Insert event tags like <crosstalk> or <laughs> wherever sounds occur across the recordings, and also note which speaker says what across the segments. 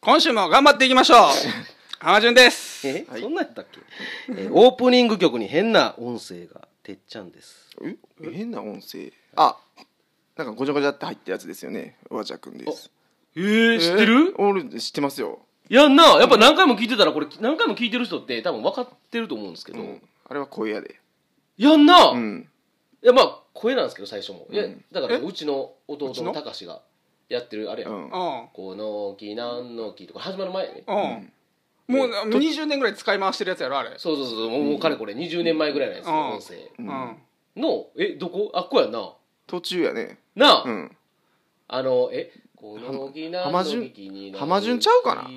Speaker 1: 今週も頑張っていきま
Speaker 2: <laughs>
Speaker 1: しょう浜潤です
Speaker 2: え、
Speaker 3: はい
Speaker 2: そんなんやったっけ、えーオープニング曲に変な音声がてっちゃんです
Speaker 3: え変な音声あなんかごちゃごちゃって入ったやつですよねわちゃくんです
Speaker 2: えー、知ってる
Speaker 3: えー俺知ってますよ、
Speaker 2: いやんなやっぱ何回も聞いてたらこれ何回も聞いてる人って多分分かってると思うんですけ
Speaker 3: う
Speaker 2: ど、
Speaker 3: ん、あれは声やで
Speaker 2: やんな、
Speaker 3: うん
Speaker 2: いやまあ声なんですけど最初も、いや
Speaker 3: うん
Speaker 2: だから
Speaker 1: え
Speaker 2: うちの弟
Speaker 1: うちの
Speaker 2: のたかしがやってるあれやん、
Speaker 3: うん
Speaker 1: う
Speaker 2: この木なんの木とか始まる前やね
Speaker 1: んうん、もう
Speaker 2: ど
Speaker 1: 20年ぐらい使い回してるやつやろあれ
Speaker 2: そうそうそうもうもうかれこれ20年前ぐらいのやつ、
Speaker 1: うん
Speaker 2: 音声
Speaker 1: う、
Speaker 3: うんん
Speaker 2: のえどこあっこやんな
Speaker 3: 途中やね
Speaker 2: なあ、
Speaker 3: うん
Speaker 2: あのえこの木なんの
Speaker 3: 浜順
Speaker 2: 木に
Speaker 3: 浜順ちゃうかな
Speaker 2: な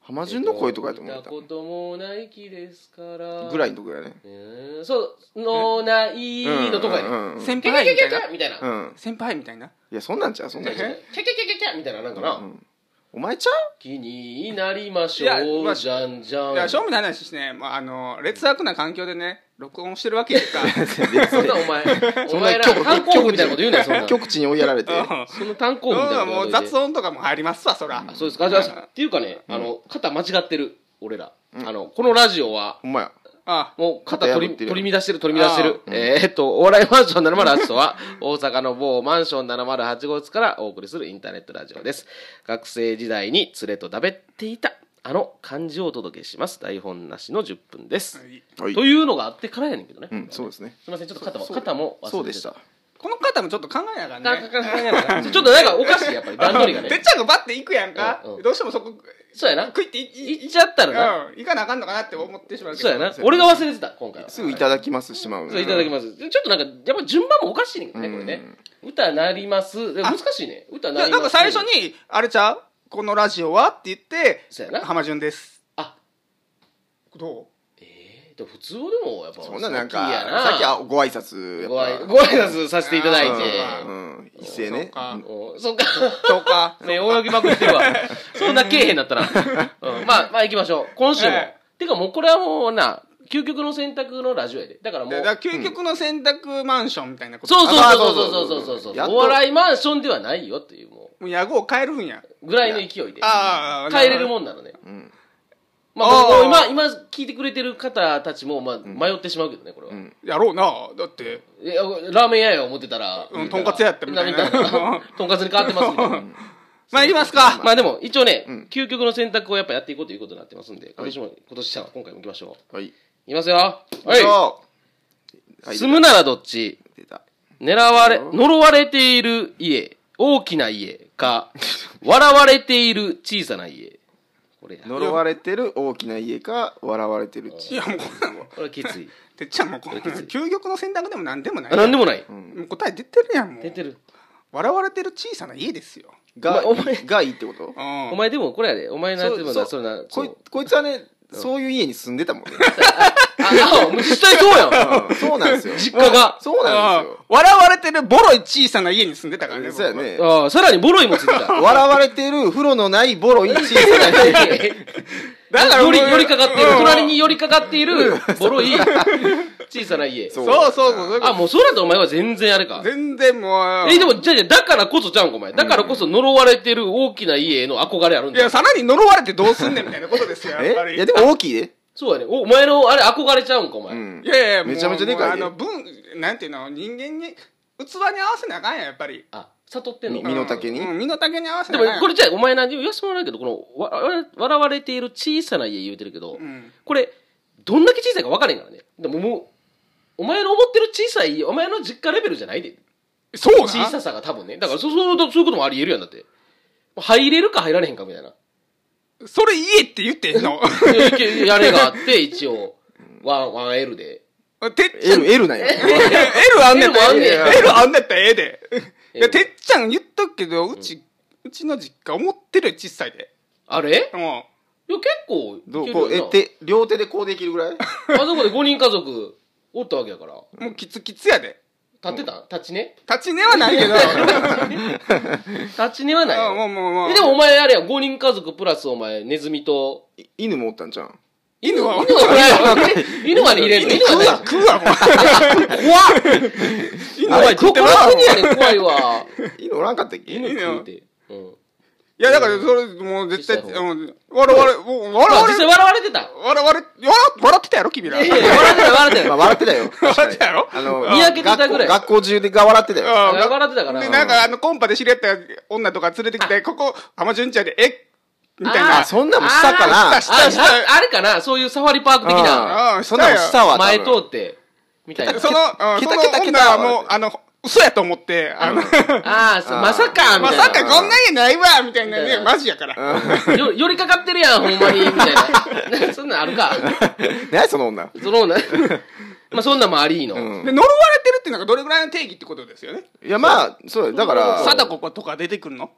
Speaker 3: 浜順の声とかやと思
Speaker 2: え
Speaker 3: っ
Speaker 2: ったと見たこともない木ですから
Speaker 3: ぐらいのとこやね
Speaker 2: うーんそうのないのとかやね、
Speaker 3: うんうんうん
Speaker 1: 先
Speaker 2: キャキ
Speaker 1: 輩み
Speaker 2: ャキ
Speaker 1: た
Speaker 2: ャ
Speaker 1: い
Speaker 2: キ
Speaker 1: な
Speaker 2: ャみたいな、
Speaker 3: う
Speaker 2: キャ
Speaker 3: ん
Speaker 1: 先輩みたいない
Speaker 3: やそんなんちゃうそんなん
Speaker 2: キャキャ
Speaker 3: ちゃう
Speaker 2: キャキャみたいななんかな、
Speaker 3: うんお前ちゃう
Speaker 2: 気になりまし
Speaker 1: いや
Speaker 2: ょう、
Speaker 1: まあ
Speaker 2: じゃんじゃん
Speaker 1: いや正味ない話しね、まあ、あの劣悪な環境でね録音してるわけです
Speaker 2: <laughs>
Speaker 1: から
Speaker 2: そんなお
Speaker 3: <laughs>
Speaker 2: 前お
Speaker 3: そん
Speaker 2: 前
Speaker 3: な
Speaker 2: ら炭鉱部みたいなこと言うなよそんな
Speaker 3: 局地に追いやられて
Speaker 1: うん
Speaker 2: その炭鉱
Speaker 1: う
Speaker 2: 部みたい
Speaker 1: ん
Speaker 2: な
Speaker 1: も
Speaker 2: こ
Speaker 1: う
Speaker 2: と
Speaker 1: 雑音とかも入りますわそら
Speaker 2: あそうですかじゃあっていうかね、あの肩間違ってる俺ら、あのこのラジオは
Speaker 3: ほんまや
Speaker 1: あ
Speaker 2: もう肩取り
Speaker 3: 肩破ってる
Speaker 2: 取り乱してる取り乱してる、えーっとお笑いマンション708とは大阪の某マンション708号室からお送りするインターネットラジオです学生時代に連れとだべっていたあの漢字をお届けします台本なしの10分です、
Speaker 1: はい
Speaker 3: はい
Speaker 2: というのがあってからやねんけどね、
Speaker 3: うんそうですね
Speaker 2: すみませんちょっと肩も肩も忘れてた
Speaker 3: そうでした
Speaker 1: この方もちょっと考えながらね
Speaker 2: ちょっとなんかおかしいやっぱり段取りが
Speaker 1: てっ
Speaker 2: ね
Speaker 1: ちゃんがバッて行くやんか、
Speaker 2: うんうん
Speaker 1: どうしてもそこ
Speaker 2: そうやな
Speaker 1: 食いっていい
Speaker 2: 行っちゃったらな
Speaker 1: うん、行かなあかんのかなって思ってしまうけど
Speaker 2: そうやな俺が忘れてた今回は
Speaker 3: すぐいただきますしまう
Speaker 2: そういただきますちょっとなんかやっぱ順番もおかしいねんけどねこれね歌なりますで難しいね歌
Speaker 1: い
Speaker 2: な
Speaker 1: や
Speaker 2: り
Speaker 1: な
Speaker 2: ます
Speaker 1: んか最初に「あれちゃうこのラジオは?」って言って
Speaker 2: そう
Speaker 1: 「
Speaker 2: やな
Speaker 1: 浜潤です
Speaker 2: あ」
Speaker 1: ど
Speaker 2: えーと普通でもやっぱ
Speaker 3: そんななんか
Speaker 2: 先やな
Speaker 3: さっきあご挨拶やっ
Speaker 2: ご
Speaker 3: ぱ
Speaker 2: 挨ご挨拶させていただいて
Speaker 1: あ
Speaker 3: うんうん一斉
Speaker 1: そう
Speaker 3: ね
Speaker 1: か
Speaker 2: うんそっか
Speaker 1: うそう
Speaker 2: <laughs>
Speaker 1: か
Speaker 2: ね泳ぎまくって
Speaker 3: <laughs>
Speaker 2: るわそんなけえへんなったらうんまあまあ行きましょう今週も
Speaker 1: え
Speaker 2: てかもうこれはもうな究極の選択のラジオやでだからもう
Speaker 1: でだから究極の選択マンションみたいなこと
Speaker 2: そうそう
Speaker 3: あ
Speaker 2: そうそう
Speaker 3: そ
Speaker 2: そう
Speaker 3: う
Speaker 2: そ
Speaker 3: そうう
Speaker 2: そ
Speaker 3: そう
Speaker 2: そ
Speaker 3: うや
Speaker 2: う
Speaker 3: っと
Speaker 2: お笑いマンションではないよっていうも
Speaker 1: もう野号変えるんや
Speaker 2: うぐらいの勢いで
Speaker 1: ああ
Speaker 2: 変えれるもんなのね
Speaker 3: ん
Speaker 2: まあ
Speaker 1: あー
Speaker 2: 僕も今今聞いてくれてる方たちもまあ迷ってしまうけどねこれは
Speaker 3: ん
Speaker 1: やろうなだって
Speaker 2: いやラーメン屋や思ってたら
Speaker 1: うんとんかつ屋やったみたいな
Speaker 2: みんとんかつに変わってますみたいな
Speaker 3: <laughs>
Speaker 1: まあ行きますか、
Speaker 2: まあでも一応ね、
Speaker 3: ん
Speaker 2: 究極の選択をやっぱやっていこうということになってますんで、今年も、今年じゃん今回も行きましょう。
Speaker 3: はい
Speaker 2: いきますよ。は
Speaker 3: そうはい
Speaker 2: い。住むならどっち
Speaker 3: 出た
Speaker 2: 狙われ、
Speaker 3: うん
Speaker 2: 呪われている家、大きな家
Speaker 3: <laughs>
Speaker 2: か、笑われている小さな家。これや。こ
Speaker 3: 呪われてる大きな家か笑われてる
Speaker 1: い
Speaker 3: 地
Speaker 1: やもうこんなんも
Speaker 2: れはきつい。
Speaker 1: うてっちゃんもうこんなん
Speaker 2: これきつい
Speaker 1: 究極の選択でも何でもない
Speaker 2: あ、なんでもない。
Speaker 1: もう答え出てるやんもう
Speaker 2: 出てる。
Speaker 1: 笑われてる小さな家ですよ、
Speaker 3: が
Speaker 2: お前
Speaker 3: がいいってこと
Speaker 1: うん
Speaker 2: お前でもこれやで、お前のやつでも
Speaker 3: そ
Speaker 2: な、
Speaker 3: う
Speaker 2: それな、そ。
Speaker 3: こいうこいつはねそういう家に住んでたもんね
Speaker 2: あ、あ、もう実際そうやん。
Speaker 3: うんそうなんですよ
Speaker 2: 実家が。
Speaker 3: そうなんです
Speaker 1: ああ笑われてるボロい小さな家に住んでたからね
Speaker 3: よそうやね
Speaker 2: ああ、さらにボロいもついてた。
Speaker 3: 笑われてる風呂のないボロい小さな家
Speaker 1: <laughs> だから
Speaker 2: より、
Speaker 1: もう
Speaker 2: よりかかっている
Speaker 1: う、ん
Speaker 2: 隣に寄りかかっている、ボロい、
Speaker 1: <laughs>
Speaker 2: 小さな家。
Speaker 3: そ
Speaker 1: そうそうそうそういうこと
Speaker 2: あ、もうそれだとお前は全然あれか。
Speaker 1: 全然もう
Speaker 2: え、でも、じゃあじゃあだからこそじゃうんか、お前。だからこそ呪われてる大きな家への憧れあるん
Speaker 1: い
Speaker 2: だ
Speaker 1: や
Speaker 2: よ。
Speaker 1: さらに呪われてどうすんねんみたいなことですよやっぱ
Speaker 3: え
Speaker 1: り
Speaker 3: いやでも大きいで
Speaker 2: そうやね。おお前のあれ憧れちゃうんか、お前。
Speaker 3: うん
Speaker 1: いやいやもう
Speaker 3: めちゃめちゃでかいで
Speaker 1: もうあの分なんていうの人間に器に合わせなあかんやんやっぱり
Speaker 2: あ、悟ってんの。
Speaker 3: み身の丈に
Speaker 1: うん身の丈に合わせ
Speaker 2: で
Speaker 1: なあ
Speaker 2: も
Speaker 1: かんやん
Speaker 2: これじゃあお前な言わせてもらうけどこのわわ笑われている小さな家言うてるけど、
Speaker 1: ん
Speaker 2: これどんだけ小さいか分からへんからねでももうお前の思ってる小さい家お前の実家レベルじゃないで
Speaker 1: そうな
Speaker 2: 小ささが多分ねだからそそうそういうこともありえるやんだって入れるか入られへんかみたいな
Speaker 1: それ家って言ってん
Speaker 3: <laughs>
Speaker 1: の
Speaker 2: いやいけ屋根があって一応 1L で
Speaker 1: てっちゃん
Speaker 3: L, L なんや
Speaker 1: <laughs> L あんねん
Speaker 2: L もあんねん
Speaker 1: L あんねんったらええでいや
Speaker 2: L
Speaker 1: てっちゃん言っとくけどうちうちの実家思ってるより小さいで
Speaker 2: あれいや結
Speaker 1: も
Speaker 2: 構い
Speaker 3: どう
Speaker 2: け
Speaker 3: こう
Speaker 2: る
Speaker 3: え
Speaker 2: よな
Speaker 3: 手両手でこうできるぐらい
Speaker 2: あそこで5人家族おったわけやから
Speaker 1: うもうキツキツやで
Speaker 2: 立ってた立ちね
Speaker 1: 立ち寝はないけど
Speaker 2: 立ちねはない
Speaker 1: あ
Speaker 2: よ
Speaker 1: もうもうもう
Speaker 2: えでもお前あれやん、5人家族プラスお前、ネズミと、
Speaker 3: い犬もおったんじゃん
Speaker 1: 犬は
Speaker 2: 犬はないよ犬は入れる。犬はないよ。
Speaker 1: 食うわもう
Speaker 2: お前、どこら辺にやねん、怖いわ。
Speaker 3: 犬おらんかったっけ
Speaker 2: 犬食うて。うん。
Speaker 1: いいや、だから、それ、もう絶対、
Speaker 2: 小
Speaker 1: う
Speaker 2: さい方
Speaker 1: ん、笑われ、もう笑
Speaker 2: あ
Speaker 1: わ
Speaker 2: 実際
Speaker 1: れ、
Speaker 2: 笑われてた
Speaker 1: 笑われ、笑笑ってたやろ、君ら。
Speaker 2: い
Speaker 1: <laughs>
Speaker 2: やいや
Speaker 1: 笑
Speaker 2: 笑ってた笑って
Speaker 3: ま
Speaker 2: た
Speaker 3: あ笑ってたよ。
Speaker 1: ってたやろ
Speaker 3: あの、
Speaker 2: にやけてたぐらい
Speaker 3: 学校学校中でが笑ってたよ。
Speaker 1: うん
Speaker 2: 笑ってたから
Speaker 1: で、なんか、あの、コンパで知り合った女とか連れてきて、ここ、浜純ちゃんで、えみたい
Speaker 2: あ
Speaker 1: な。
Speaker 3: あ、そんなんもしたかな。
Speaker 1: あ
Speaker 2: あ
Speaker 1: したした
Speaker 2: ああれかなそういうサファリパーク的な
Speaker 1: あ
Speaker 3: うんそんなんもしたわ。多分
Speaker 2: 前通ってみたいな
Speaker 1: その、うん
Speaker 3: ケ
Speaker 1: そ
Speaker 3: タ
Speaker 1: の
Speaker 3: ケタケ
Speaker 1: 女
Speaker 3: タ
Speaker 1: はもう、あの、嘘やと思って、 <laughs> あの、
Speaker 2: ああそまさかみ
Speaker 1: ま
Speaker 2: たい
Speaker 1: さ
Speaker 2: な
Speaker 1: かこんなんやないわみたいな
Speaker 2: みた
Speaker 1: ね、
Speaker 2: いな
Speaker 1: マジやから。
Speaker 2: よ寄りかかってるやんほんまにみたいななんかそんなんあるか
Speaker 3: <laughs> 何やその女。
Speaker 2: そのなまあそんなんもありの、
Speaker 3: うん。
Speaker 1: で、呪われてるっていうのがどれぐらいの定義ってことですよね。
Speaker 3: いや、まあ、そうだよだから、
Speaker 1: 貞子とか出てくるの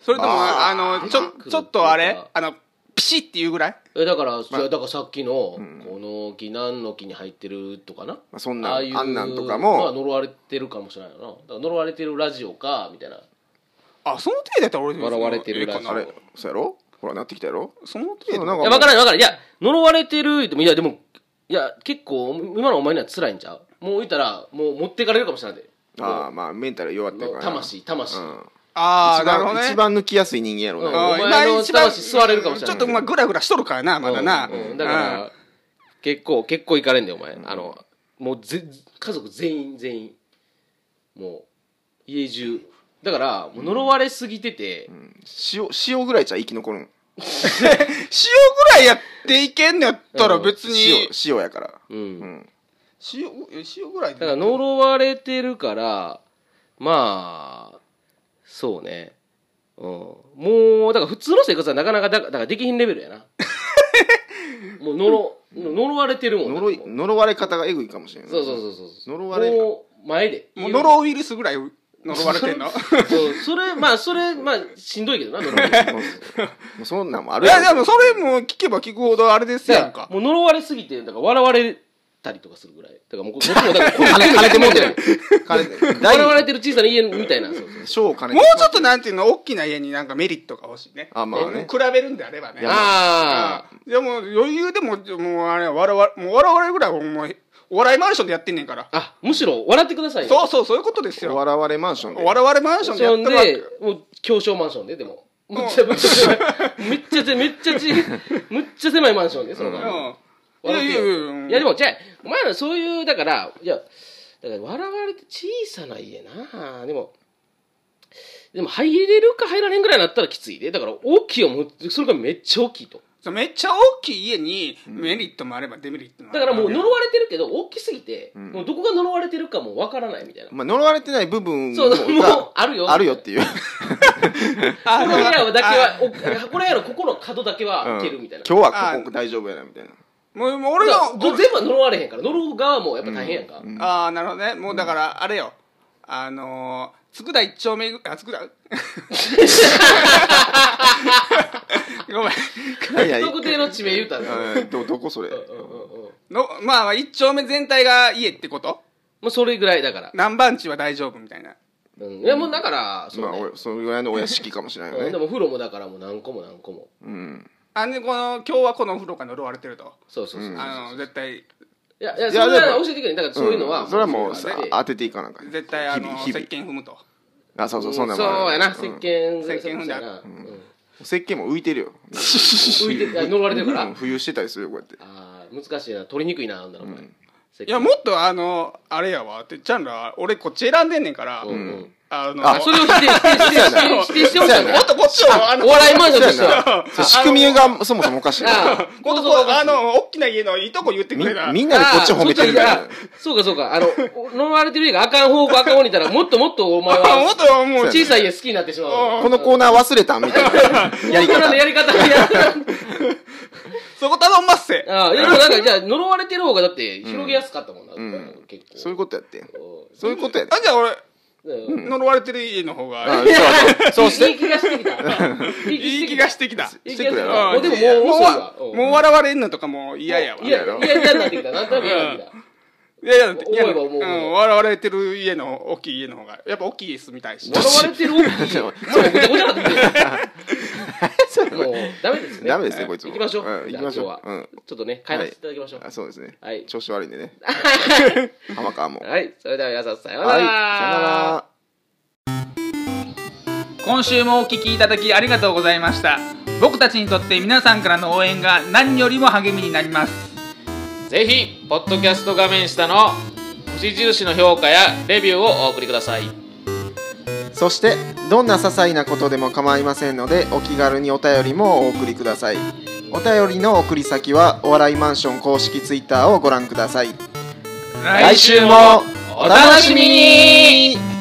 Speaker 1: それとも、あの、ちょ、ちょっとあれあの、ピシっていうぐらい
Speaker 2: えだから、いやだからさっきの、この木何の木に入ってるとかな、
Speaker 3: あそんなん
Speaker 2: ああいう
Speaker 3: あんなんとか
Speaker 2: まあ、
Speaker 3: も
Speaker 2: 呪われてるかもしれないよなだから呪われてるラジオかみたいな
Speaker 1: あ、その程度やったら俺
Speaker 2: 笑われてるらしい
Speaker 1: ええか
Speaker 3: あ
Speaker 1: な
Speaker 3: れ、そうやろほら、なってきたやろ
Speaker 1: その
Speaker 3: そう
Speaker 1: 程
Speaker 3: なん
Speaker 1: 度
Speaker 2: いや分からない分からないいや呪われてるってもいやでもいや結構今のお前には辛いんちゃうもう言ったらもう持ってかれるかもしれないで
Speaker 3: ああ、まあ、メンタル弱ってるから。
Speaker 2: 魂魂、
Speaker 3: うん。
Speaker 1: あ
Speaker 3: 一
Speaker 1: あ、なるほ
Speaker 3: 番
Speaker 1: どね。
Speaker 3: 一番抜きやすい人間やろ
Speaker 2: う
Speaker 3: うんな。
Speaker 2: お前の魂吸われるかもしれない
Speaker 1: ちょっとまあグラグラしとるからなまだな、
Speaker 2: うんうんだから、
Speaker 1: うん
Speaker 2: 結構結構いかれんだよお前、あのもうぜ家族全員全員もう家中だからもう呪われすぎてて、
Speaker 3: 塩、塩ぐらいじゃ生き残るん。
Speaker 1: 塩ぐらいやっていけんのやったら別に
Speaker 3: 塩、塩やから。
Speaker 2: うん
Speaker 3: うん。
Speaker 1: 塩え塩ぐらい
Speaker 2: だから呪われてるからまあそうねうんもうだから普通の生活はなかなかだだからできひんレベルやなもう呪呪われてるもん
Speaker 3: 呪い
Speaker 2: も、う
Speaker 3: 呪われ方がえぐいかもしれない。
Speaker 2: そうそうそうそうそう
Speaker 3: 呪われ
Speaker 2: もう前で
Speaker 1: もうノロウイルスぐらい呪われてんの
Speaker 2: <laughs> そうそれまあそれまあしんどいけどな呪われてる
Speaker 3: もうそんなんも
Speaker 1: <laughs>
Speaker 3: あ
Speaker 1: い
Speaker 3: るや
Speaker 1: や
Speaker 3: ん
Speaker 1: でもそれも聞けば聞くほどあれですや
Speaker 2: だ
Speaker 1: ん
Speaker 2: から
Speaker 1: か
Speaker 2: もう呪われすぎてだから笑われたりとかするぐらいだからもうこっちもだからこっちも
Speaker 3: 金手持ってる。
Speaker 1: <laughs>
Speaker 3: 金
Speaker 2: 笑わ
Speaker 3: 大
Speaker 2: れてる小さな家みたいなそうそう
Speaker 3: 小金
Speaker 1: もうちょっとなんていうの大きな家になんかメリットが欲しいね
Speaker 3: あまあね
Speaker 1: 比べるんであればね
Speaker 2: ああ
Speaker 1: うんでも余裕でももうあれ笑わもう笑われるぐらいはもうお笑いマンションでやってんねんから
Speaker 2: あむしろ笑ってくださいよ
Speaker 1: そうそうそういうことですよ
Speaker 3: 笑われマンションで。
Speaker 1: 笑われマンションでや
Speaker 2: そ
Speaker 1: っ
Speaker 2: ん
Speaker 1: たら
Speaker 2: で、もう、狭小マンションで、でも。むっちゃ、むっちゃ、めっちゃ、めっちゃち、むっちゃ狭いマンションで、その間
Speaker 1: うんいやいやいやいや
Speaker 2: いや、でも、じゃあお前らそういう、だから、いや、だから、笑われて、小さな家なでも、でも、入れるか入られんぐらいになったらきついで。だから、大きいよ、もうそれがめっちゃ大きいと。
Speaker 1: そうめっちゃ大きい家にメリットもあればデメリットもあ
Speaker 2: だ
Speaker 1: る
Speaker 2: からもう呪われてるけど、大きすぎて、もうどこが呪われてるかもわからないみたいな。
Speaker 3: まあ、呪われてない部分
Speaker 2: そうそう
Speaker 3: が
Speaker 2: もうあるよ
Speaker 3: あるよっていう。
Speaker 1: あ
Speaker 2: これ
Speaker 1: だから
Speaker 2: らはだけは、おこれらの心の角だけは
Speaker 3: うん
Speaker 2: いけるみたいな。
Speaker 3: 今日はここ大丈夫やな、みたいな。
Speaker 1: もうもう俺
Speaker 2: だから
Speaker 1: の
Speaker 2: ど
Speaker 1: 俺
Speaker 2: 全部は呪われへんから呪う側もやっぱ大変やんか、
Speaker 1: ああなるほどねもうだからあれよあのー佃一丁目ぐあ佃 <laughs> ごめん
Speaker 3: 何や、
Speaker 2: 特定の地名言うたら、うん
Speaker 3: うんど、どこそれ。
Speaker 2: うんうんうん
Speaker 1: のまあまあ一丁目全体が家ってこと
Speaker 2: もうそれぐらいだから、
Speaker 1: 何番地は大丈夫みたいな
Speaker 2: うん、いやもうだからそう、
Speaker 3: まあ、
Speaker 2: ね
Speaker 3: おそのぐらいのお屋敷かもしれない
Speaker 2: うん
Speaker 3: よ
Speaker 2: で
Speaker 3: ね。
Speaker 2: も風呂もだからもう何個も何個も
Speaker 3: うん。
Speaker 1: あんでこの今日はこのお風呂が呪われてると
Speaker 2: そうそうそう、い
Speaker 1: あの絶対
Speaker 2: やいや
Speaker 3: い
Speaker 2: そ
Speaker 3: や
Speaker 2: れは
Speaker 3: でも
Speaker 2: 教えてくれんだからそういうのは、
Speaker 3: んそれはもう
Speaker 2: そ
Speaker 3: さ
Speaker 2: れはね
Speaker 3: 当てていかなあかん
Speaker 1: 絶対あの
Speaker 3: 日
Speaker 1: 石
Speaker 3: 々日
Speaker 1: 鹸踏むと
Speaker 3: 々あそうそうそんなん
Speaker 2: そ
Speaker 3: もある
Speaker 2: うやな
Speaker 3: ん
Speaker 2: 石鹸ぐらい
Speaker 1: 石鹸踏んである
Speaker 2: そうやなうん
Speaker 3: 石鹸も浮いてるよ
Speaker 2: <laughs> 浮いていや呪われてるから、
Speaker 3: うん浮遊してたりするよこうやって
Speaker 2: あー難しいな取りにくいなあんだろお前、石鹸
Speaker 1: いやもっとあのあれやわってちゃんら俺こっち選んでんねんから、
Speaker 2: うんうん
Speaker 1: あの
Speaker 2: あそれを否定否定否定否定否定してほしい
Speaker 1: もっとこっちをあの
Speaker 2: お笑いマンションとして
Speaker 3: そうや
Speaker 2: は
Speaker 3: なそう仕組みがそもそもおかしい
Speaker 2: ああ
Speaker 1: こっちこうあの大きな家のいいとこ言ってく
Speaker 3: み
Speaker 1: れな
Speaker 3: みんなでこっち褒めてるか
Speaker 2: あ
Speaker 3: ら
Speaker 2: ーそうかそうか。あの、呪われてる家があかん方向あかん方にいたら、もっともっとお前
Speaker 1: あもっ
Speaker 2: は、
Speaker 1: ともう
Speaker 3: そう
Speaker 2: 小さい家好きになってしまう。
Speaker 1: あ
Speaker 3: このコーナー忘れたみたい
Speaker 2: <laughs>
Speaker 3: なやり
Speaker 2: 大人
Speaker 3: 方
Speaker 2: のやり方や。
Speaker 1: そこ頼んますせ
Speaker 2: ああ、いやでもなん
Speaker 3: <laughs>
Speaker 2: か、じゃあ呪われてる方がだって広げやすかったもんな。
Speaker 3: ん
Speaker 2: 結構。
Speaker 3: そういうことやって
Speaker 2: う
Speaker 3: そういうことやで
Speaker 1: あじゃあ俺
Speaker 2: ん
Speaker 1: 呪われてる家の方が
Speaker 3: あそう
Speaker 2: そうして。いい気がしてきた。い
Speaker 1: いい気がしてきた
Speaker 2: いい気
Speaker 3: して
Speaker 2: がし
Speaker 3: くれ
Speaker 2: て
Speaker 3: よ
Speaker 2: き
Speaker 3: な
Speaker 2: た。
Speaker 1: あ
Speaker 2: もうでももう
Speaker 1: も
Speaker 2: 遅いわ。
Speaker 1: うもう笑われんのとかもう嫌やわ
Speaker 2: い
Speaker 1: いや
Speaker 2: や、い
Speaker 3: やろ
Speaker 2: や、嫌になってきた。なんとなく嫌になってきた。
Speaker 1: いやいや
Speaker 2: 思えば思うほど
Speaker 1: ん笑われてる家の大きい家の方がやっぱ大きい家住みたいし
Speaker 2: 呪われてる大きい家。もうごちゃごちゃになってきてる。もう、ダメですね。
Speaker 3: ダメですねこいつも
Speaker 2: 行きましょう。
Speaker 3: ん行きまし
Speaker 2: じゃ
Speaker 3: ょ
Speaker 2: あ今日
Speaker 3: うう
Speaker 2: は
Speaker 3: ん。
Speaker 2: ちょっとね、帰らせていただきましょう
Speaker 3: あ。そうですね
Speaker 2: はい
Speaker 3: 調子悪いん
Speaker 2: <laughs>
Speaker 3: でね浜川も
Speaker 2: はい、それでは皆さんさような
Speaker 3: はい
Speaker 2: ら。
Speaker 3: さよなら
Speaker 1: 今週もお聞きいただきありがとうございました僕たちにとって皆さんからの応援が何よりも励みになります
Speaker 2: ぜひポッドキャスト画面下の星印の評価やレビューをお送りください
Speaker 3: そしてどんな些細なことでも構いませんのでお気軽にお便りもお送りくださいお便りの送り先はお笑いマンション公式ツイッターをご覧ください
Speaker 2: 来週もお楽しみに